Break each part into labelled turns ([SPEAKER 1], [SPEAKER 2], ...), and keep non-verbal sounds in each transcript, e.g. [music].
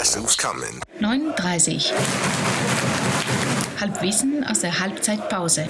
[SPEAKER 1] zusammen.
[SPEAKER 2] 39. Halbwissen aus der Halbzeitpause.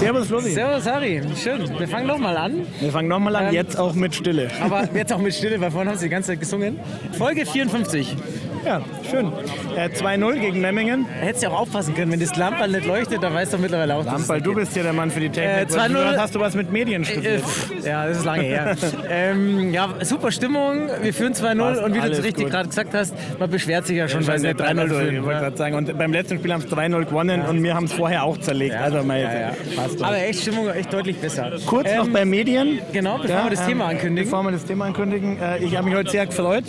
[SPEAKER 3] Servus Flori.
[SPEAKER 4] Servus Harry, schön. Wir fangen nochmal an,
[SPEAKER 3] Wir fangen nochmal an,
[SPEAKER 4] Ähm,
[SPEAKER 3] jetzt auch mit Stille.
[SPEAKER 4] aber jetzt auch mit Stille, weil vorhin hast du die ganze Zeit gesungen. Folge 54.
[SPEAKER 3] Ja, schön. Äh, 2-0 gegen Memmingen.
[SPEAKER 4] Hättest ja auch aufpassen können, wenn das Lamperl nicht leuchtet, da weißt du mittlerweile auch, dass
[SPEAKER 3] [laughs]
[SPEAKER 4] es
[SPEAKER 3] Weil du bist ja der Mann für die
[SPEAKER 4] Äh,
[SPEAKER 3] Technik.
[SPEAKER 4] 2-0.
[SPEAKER 3] Was hast du was mit Medien
[SPEAKER 4] Äh,
[SPEAKER 3] studiert?
[SPEAKER 4] pff, Ja, das ist lange her. ähm, ja, super Stimmung. Wir führen 2-0
[SPEAKER 3] Passt,
[SPEAKER 4] und wie du
[SPEAKER 3] alles
[SPEAKER 4] es richtig
[SPEAKER 3] gut.
[SPEAKER 4] gerade gesagt hast, man beschwert sich ja schon, weil es nicht 3-0
[SPEAKER 3] Ich
[SPEAKER 4] führen.
[SPEAKER 3] wollte
[SPEAKER 4] Ja.
[SPEAKER 3] gerade sagen. Und beim letzten Spiel haben es 3-0 gewonnen und wir haben es vorher auch zerlegt. Also mal,
[SPEAKER 4] Ja, ja.
[SPEAKER 3] passt doch.
[SPEAKER 4] Aber echt Stimmung, echt deutlich besser.
[SPEAKER 3] Kurz noch
[SPEAKER 4] Ähm,
[SPEAKER 3] bei Medien. ähm,
[SPEAKER 4] genau, bevor wir das Thema ankündigen.
[SPEAKER 3] Bevor wir das Thema ankündigen, äh, ich habe mich heute sehr gefreut.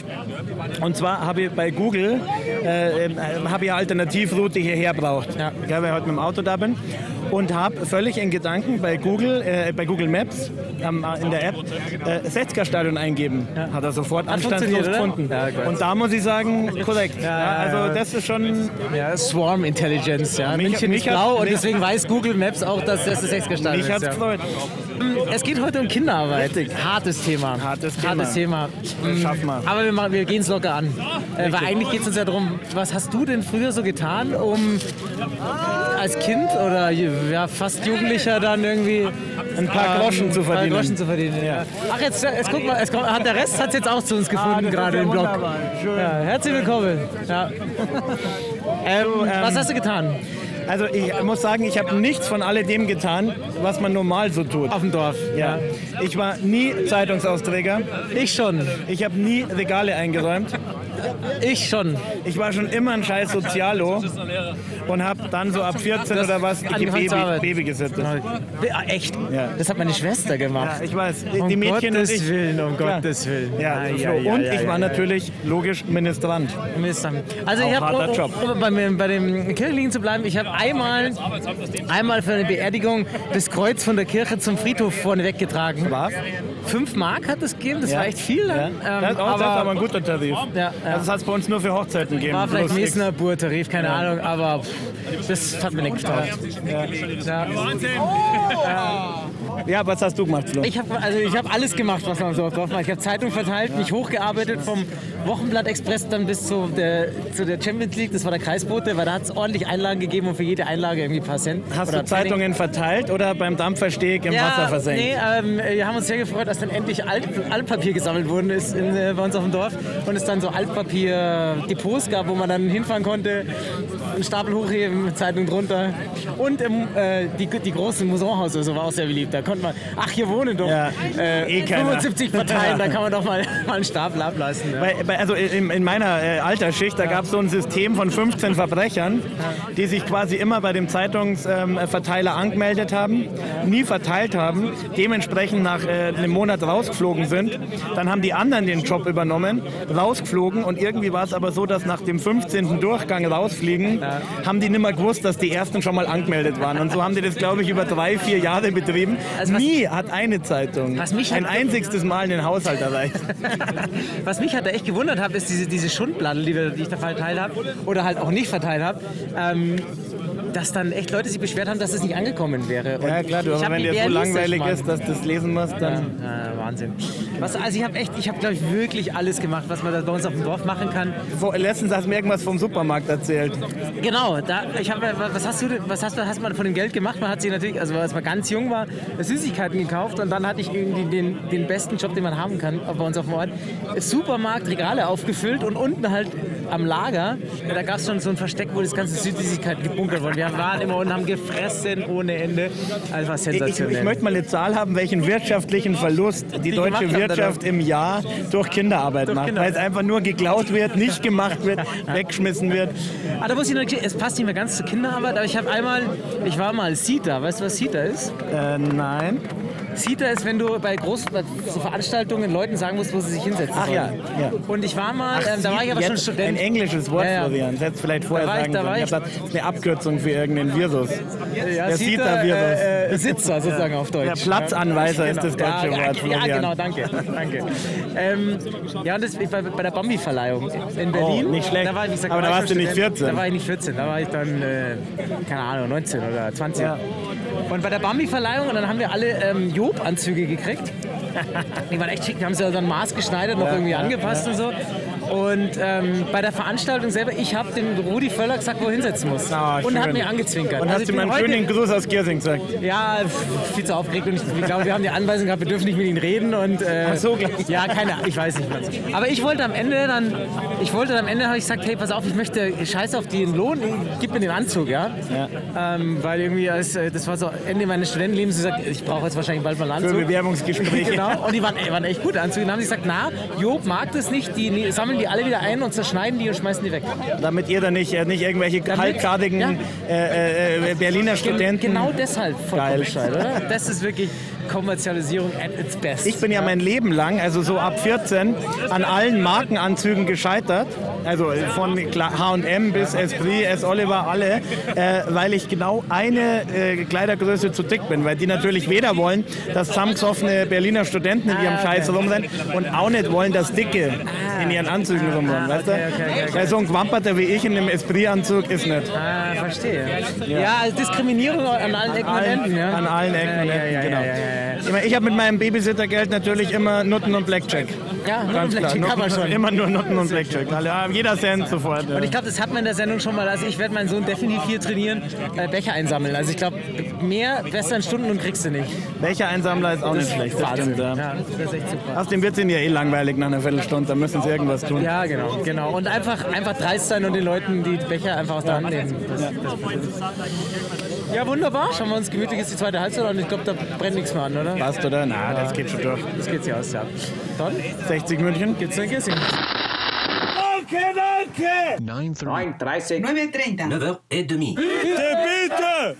[SPEAKER 3] Und zwar habe ich bei Google äh, ähm, habe ich eine Alternativroute hierher braucht,
[SPEAKER 4] Ja.
[SPEAKER 3] weil ich heute mit dem Auto da bin. Und habe völlig in Gedanken bei Google, äh, bei Google Maps am, äh, in der App äh, 60er Stadion eingeben. Hat er sofort anstandslos
[SPEAKER 4] funktioniert, oder?
[SPEAKER 3] gefunden.
[SPEAKER 4] Ja, gut.
[SPEAKER 3] Und da muss ich sagen, korrekt.
[SPEAKER 4] Ja,
[SPEAKER 3] Ja,
[SPEAKER 4] ja,
[SPEAKER 3] also
[SPEAKER 4] ja.
[SPEAKER 3] das ist schon
[SPEAKER 4] Ja, Swarm Intelligence, ja.
[SPEAKER 3] Mich-
[SPEAKER 4] München
[SPEAKER 3] mich
[SPEAKER 4] ist
[SPEAKER 3] hat-
[SPEAKER 4] blau und
[SPEAKER 3] mich-
[SPEAKER 4] deswegen weiß Google Maps auch, dass das das 6 gestartet
[SPEAKER 3] mich
[SPEAKER 4] ist.
[SPEAKER 3] hat's
[SPEAKER 4] Ja.
[SPEAKER 3] gefreut.
[SPEAKER 4] Es geht heute um Kinderarbeit.
[SPEAKER 3] Richtig.
[SPEAKER 4] Hartes Thema.
[SPEAKER 3] Hartes Thema.
[SPEAKER 4] Hartes Thema.
[SPEAKER 3] Das schaffen wir.
[SPEAKER 4] Aber wir, machen- wir gehen es locker an. Äh, weil eigentlich geht es uns ja darum, was hast du denn früher so getan, um als Kind oder ja, fast Jugendlicher dann irgendwie Ähm,
[SPEAKER 3] ein paar Groschen zu
[SPEAKER 4] Ein
[SPEAKER 3] verdienen.
[SPEAKER 4] paar Groschen zu verdienen. Ja. Ach, jetzt, jetzt guck mal, es kommt, hat der Rest hat es jetzt auch zu uns
[SPEAKER 3] Ah,
[SPEAKER 4] gefunden,
[SPEAKER 3] das
[SPEAKER 4] gerade
[SPEAKER 3] ist ja
[SPEAKER 4] im Blog.
[SPEAKER 3] wunderbar. Schön.
[SPEAKER 4] Ja, herzlich willkommen. Ja. ähm, was hast du getan
[SPEAKER 3] Also ich muss sagen, ich habe nichts von alledem getan, was man normal so tut.
[SPEAKER 4] auf dem Dorf?
[SPEAKER 3] Ja. Ich war nie Zeitungsausträger.
[SPEAKER 4] Ich schon.
[SPEAKER 3] Ich habe nie Regale eingeräumt.
[SPEAKER 4] Ich schon.
[SPEAKER 3] Ich war schon immer ein scheiß Sozialo und habe dann so ab 14
[SPEAKER 4] Das-
[SPEAKER 3] oder was die
[SPEAKER 4] angefangen zu
[SPEAKER 3] Baby,
[SPEAKER 4] arbeiten.
[SPEAKER 3] Baby gesittet.
[SPEAKER 4] Ah, Echt?
[SPEAKER 3] Ja.
[SPEAKER 4] Das hat meine Schwester gemacht.
[SPEAKER 3] Ja, ich weiß. Die
[SPEAKER 4] Um
[SPEAKER 3] die Mädchen
[SPEAKER 4] Gottes
[SPEAKER 3] und ich.
[SPEAKER 4] Willen, um
[SPEAKER 3] Klar.
[SPEAKER 4] Gottes Willen.
[SPEAKER 3] Ja,
[SPEAKER 4] Ah,
[SPEAKER 3] so.
[SPEAKER 4] ja, ja,
[SPEAKER 3] und
[SPEAKER 4] ja,
[SPEAKER 3] ich
[SPEAKER 4] ja,
[SPEAKER 3] war
[SPEAKER 4] ja.
[SPEAKER 3] natürlich logisch Ministrant.
[SPEAKER 4] Minister. Also
[SPEAKER 3] Auch
[SPEAKER 4] ich
[SPEAKER 3] harter
[SPEAKER 4] habe,
[SPEAKER 3] Job.
[SPEAKER 4] um, um bei, mir- bei dem Kirchlichen zu bleiben, ich habe einmal, einmal für eine Beerdigung das Kreuz von der Kirche zum Friedhof vorne weggetragen.
[SPEAKER 3] Was?
[SPEAKER 4] Fünf Mark hat es gegeben, das
[SPEAKER 3] Ja.
[SPEAKER 4] war echt viel.
[SPEAKER 3] Ja.
[SPEAKER 4] Dann,
[SPEAKER 3] das, ist auch, das ist aber ein guter Tarif.
[SPEAKER 4] Ähm, Ja, ja.
[SPEAKER 3] Also das hat es bei uns nur für Hochzeiten gegeben.
[SPEAKER 4] war vielleicht
[SPEAKER 3] plus X.
[SPEAKER 4] Mesner tarif keine Ahnung, aber pff, das hat mir nicht getaugt. Ja.
[SPEAKER 3] ja, was hast du gemacht, Flo?
[SPEAKER 4] Ich habe also ich hab alles gemacht, was man so drauf macht. Ich habe Zeitung verteilt, mich hochgearbeitet vom Wochenblatt Express dann bis zu der, zu der Champions League. Das war der Kreisbote, weil da hat es ordentlich Einlagen gegeben und für jede Einlage irgendwie ein paar Cent.
[SPEAKER 3] Hast
[SPEAKER 4] oder
[SPEAKER 3] du Zeitungen verteilt oder beim Dampfersteg im
[SPEAKER 4] ja,
[SPEAKER 3] Wasser versenkt?
[SPEAKER 4] Nee, ähm, wir haben uns sehr gefreut, dass dann endlich Alt Altpapier gesammelt worden ist in, äh, bei uns auf dem Dorf und es dann so Altpapier-Depots gab, wo man dann hinfahren konnte, einen Stapel hochheben, Zeitung drunter und im, äh, die, die großen Museumhäuser, so war auch sehr beliebt. Da konnte man, ach hier wohnen doch,
[SPEAKER 3] Ja,
[SPEAKER 4] äh,
[SPEAKER 3] eh keiner. [laughs]
[SPEAKER 4] 75 Parteien, da kann man doch mal, mal einen Stapel ablassen. Ja.
[SPEAKER 3] Bei, bei, also in, in meiner äh, Altersschicht, da gab es so ein System von 15 Verbrechern, die sich quasi immer bei dem Zeitungsverteiler ähm, Verteiler angemeldet haben, nie verteilt haben, dementsprechend nach äh, einem Monat rausgeflogen sind. Dann haben die anderen den Job übernommen, rausgeflogen und irgendwie war es aber so, dass nach dem 15. Durchgang rausfliegen, haben die nicht mehr gewusst, dass die ersten schon mal angemeldet waren. Und so haben die das, glaube ich, über drei, vier Jahre betrieben.
[SPEAKER 4] Also was-
[SPEAKER 3] nie hat eine Zeitung
[SPEAKER 4] Was mich halt
[SPEAKER 3] ein
[SPEAKER 4] hat-
[SPEAKER 3] einziges Mal den Haushalt erreicht.
[SPEAKER 4] [laughs] Was mich halt da echt gewundert hat, ist diese, diese Schundbladel, die, wir- die ich da verteilt habe oder halt auch nicht verteilt habe. Ähm, dass dann echt Leute sich beschwert haben, dass es nicht angekommen wäre. Und
[SPEAKER 3] Ja klar, du,
[SPEAKER 4] ich hab
[SPEAKER 3] aber wenn
[SPEAKER 4] die
[SPEAKER 3] dir so
[SPEAKER 4] realistisch
[SPEAKER 3] langweilig
[SPEAKER 4] mal-
[SPEAKER 3] ist, dass du das lesen musst,
[SPEAKER 4] Ja,
[SPEAKER 3] dann...
[SPEAKER 4] ja, Wahnsinn. Was, also ich habe echt, ich habe glaube ich wirklich alles gemacht, was man da bei uns auf dem Dorf machen kann.
[SPEAKER 3] Vor, letztens hast du mir irgendwas vom Supermarkt erzählt.
[SPEAKER 4] Genau, da, ich hab, was hast du, denn- was hast, du- hast man von dem Geld gemacht? Man hat sich natürlich, also als man ganz jung war, Süßigkeiten gekauft und dann hatte ich irgendwie den, den besten Job, den man haben kann äh, bei uns auf dem Ort. Supermarkt, Regale aufgefüllt und unten halt am Lager, da gab es schon so ein Versteck, wo das ganze Süßigkeiten gebunkert wurden. Wir waren immer unten, haben gefressen ohne Ende. Also war
[SPEAKER 3] Ich,
[SPEAKER 4] sensationell.
[SPEAKER 3] ich, ich möchte mal eine Zahl haben, welchen wirtschaftlichen Verlust die,
[SPEAKER 4] Die gemacht
[SPEAKER 3] deutsche
[SPEAKER 4] haben
[SPEAKER 3] Wirtschaft im Jahr durch Kinderarbeit
[SPEAKER 4] Durch
[SPEAKER 3] macht.
[SPEAKER 4] Kinder-
[SPEAKER 3] Weil es einfach nur geklaut wird, nicht gemacht
[SPEAKER 4] [laughs]
[SPEAKER 3] wird, weggeschmissen wird.
[SPEAKER 4] Ah, da muss ich noch, es passt nicht mehr ganz zur Kinderarbeit, aber ich habe einmal, ich war mal Sita. Weißt du, was Sita ist?
[SPEAKER 3] Äh, nein.
[SPEAKER 4] Sita ist, wenn du bei großen bei so Veranstaltungen Leuten sagen musst, wo sie sich hinsetzen
[SPEAKER 3] Ach ja,
[SPEAKER 4] sollen.
[SPEAKER 3] ja.
[SPEAKER 4] Und ich war mal, ähm, da war ich aber schon
[SPEAKER 3] Jetzt Ein
[SPEAKER 4] Student.
[SPEAKER 3] englisches Wort,
[SPEAKER 4] Ja, ja.
[SPEAKER 3] Florian. Das hättest du vielleicht vorher
[SPEAKER 4] Da war ich-
[SPEAKER 3] sagen
[SPEAKER 4] da war
[SPEAKER 3] sollen.
[SPEAKER 4] ich-
[SPEAKER 3] das ist eine Abkürzung für irgendeinen Virus.
[SPEAKER 4] Ja,
[SPEAKER 3] der Sita-Virus.
[SPEAKER 4] äh, äh, Sitzer sozusagen auf
[SPEAKER 3] Der
[SPEAKER 4] Deutsch.
[SPEAKER 3] Platzanweiser ist
[SPEAKER 4] Genau.
[SPEAKER 3] das deutsche
[SPEAKER 4] ja,
[SPEAKER 3] Wort,
[SPEAKER 4] Ja,
[SPEAKER 3] Florian.
[SPEAKER 4] genau, danke. danke. Ähm, ja, und das, ich war bei der Bambi-Verleihung in Berlin.
[SPEAKER 3] Oh, nicht schlecht.
[SPEAKER 4] Da war, ich, wie gesagt,
[SPEAKER 3] Aber da
[SPEAKER 4] war ich
[SPEAKER 3] warst
[SPEAKER 4] schon
[SPEAKER 3] du nicht
[SPEAKER 4] Student.
[SPEAKER 3] 14.
[SPEAKER 4] Da war ich nicht 14, da war ich dann, äh, keine Ahnung, 19 oder 20.
[SPEAKER 3] Ja.
[SPEAKER 4] Und bei der Bambi-Verleihung, und dann haben wir alle ähm, Job-Anzüge gekriegt. Die waren echt schick, wir haben sie dann Maß geschneidert, noch irgendwie angepasst und so. Und ähm, bei der Veranstaltung selber, ich habe dem Rudi Völler gesagt, wo er hinsetzen muss.
[SPEAKER 3] Ah,
[SPEAKER 4] und hat
[SPEAKER 3] schön.
[SPEAKER 4] mir angezwinkert.
[SPEAKER 3] Und
[SPEAKER 4] Also
[SPEAKER 3] hast
[SPEAKER 4] ich
[SPEAKER 3] ihm
[SPEAKER 4] bin
[SPEAKER 3] einen
[SPEAKER 4] heute-
[SPEAKER 3] schönen Gruß aus Giersing gesagt.
[SPEAKER 4] Ja, pff, viel zu aufgeregt und ich, ich glaube, wir haben die Anweisung gehabt, wir dürfen nicht mit ihnen reden und äh,
[SPEAKER 3] Ach so, gleich.
[SPEAKER 4] ja, keine, Ahnung, ich weiß nicht was. Aber ich wollte am Ende dann, ich wollte am Ende habe ich gesagt, hey, pass auf, ich möchte Scheiß auf den Lohn, gib mir den Anzug, ja, Ähm, weil irgendwie als, äh, das war so Ende meines Studentenlebens, ich gesagt, ich brauche jetzt wahrscheinlich bald mal einen
[SPEAKER 3] Für
[SPEAKER 4] Anzug.
[SPEAKER 3] Bewerbungsgespräche.
[SPEAKER 4] [laughs] Genau, und die waren, waren echt gut Anzüge. Dann haben sie gesagt, na, Job mag das nicht, die ne- sammeln die alle wieder ein und zerschneiden die und schmeißen die weg.
[SPEAKER 3] Damit ihr da nicht, äh, nicht irgendwelche
[SPEAKER 4] Damit-
[SPEAKER 3] halbkartigen
[SPEAKER 4] ja.
[SPEAKER 3] äh, äh, Berliner Studenten.
[SPEAKER 4] Genau deshalb vollkommen
[SPEAKER 3] Geil.
[SPEAKER 4] bescheuert, oder? Das ist wirklich Kommerzialisierung at its best.
[SPEAKER 3] Ich bin ja mein Leben lang, also so ab 14, an allen Markenanzügen gescheitert. Also von Kla- H&M bis Esprit, S. Oliver, alle. Äh, weil ich genau eine äh, Kleidergröße zu dick bin. Weil die natürlich weder wollen, dass zusammengesoffene Berliner Studenten in ihrem
[SPEAKER 4] Ah,
[SPEAKER 3] Scheiß
[SPEAKER 4] okay.
[SPEAKER 3] rum sind und auch nicht wollen, dass Dicke in ihren Anzügen rum sind.
[SPEAKER 4] ah,
[SPEAKER 3] Weißt du?
[SPEAKER 4] okay, okay, okay.
[SPEAKER 3] Weil so ein Quamperter wie ich in einem Esprit-Anzug ist nicht.
[SPEAKER 4] Ah, verstehe. Ja, also Diskriminierung an allen Ecken und
[SPEAKER 3] allen-
[SPEAKER 4] Enden, ja?
[SPEAKER 3] An allen Ecken und
[SPEAKER 4] Ja, ja,
[SPEAKER 3] Enden,
[SPEAKER 4] ja,
[SPEAKER 3] genau.
[SPEAKER 4] ja, ja,
[SPEAKER 3] Ich, meine, ich habe mit meinem Babysittergeld natürlich immer Nutten und Blackjack.
[SPEAKER 4] Ja, Nutten und Blackjack
[SPEAKER 3] klar.
[SPEAKER 4] kann man schon.
[SPEAKER 3] Immer nur Nutten und Blackjack. Alle, ah, jeder Cent sofort. äh. Ja.
[SPEAKER 4] Und ich glaube, das hat man in der Sendung schon mal. Also ich werde meinen Sohn definitiv hier trainieren, äh, Becher einsammeln. Also ich glaube, mehr Westernstunden und kriegst du nicht.
[SPEAKER 3] Welcher Einsammler ist auch nicht schlecht. Das
[SPEAKER 4] Wahnsinn.
[SPEAKER 3] stimmt, ja.
[SPEAKER 4] Ja, das ist echt super.
[SPEAKER 3] Außerdem wird es ihnen ja eh langweilig nach einer Viertelstunde. Da müssen sie irgendwas tun.
[SPEAKER 4] Ja, genau, genau. Und einfach, einfach dreist sein und den Leuten die Becher einfach aus der Hand nehmen. Das, das ja, wunderbar. Schauen wir uns gemütlich jetzt die zweite Halbzeit an. Ich glaube, da brennt nichts mehr an, oder?
[SPEAKER 3] Passt, oder? Na, das geht schon durch.
[SPEAKER 4] Das geht sich aus, ja. Dann
[SPEAKER 3] 60 München.
[SPEAKER 4] geht's dann Gissing.
[SPEAKER 1] 9.30
[SPEAKER 5] 9.30.
[SPEAKER 6] 9h30.
[SPEAKER 1] 9h30. Bitte, bitte!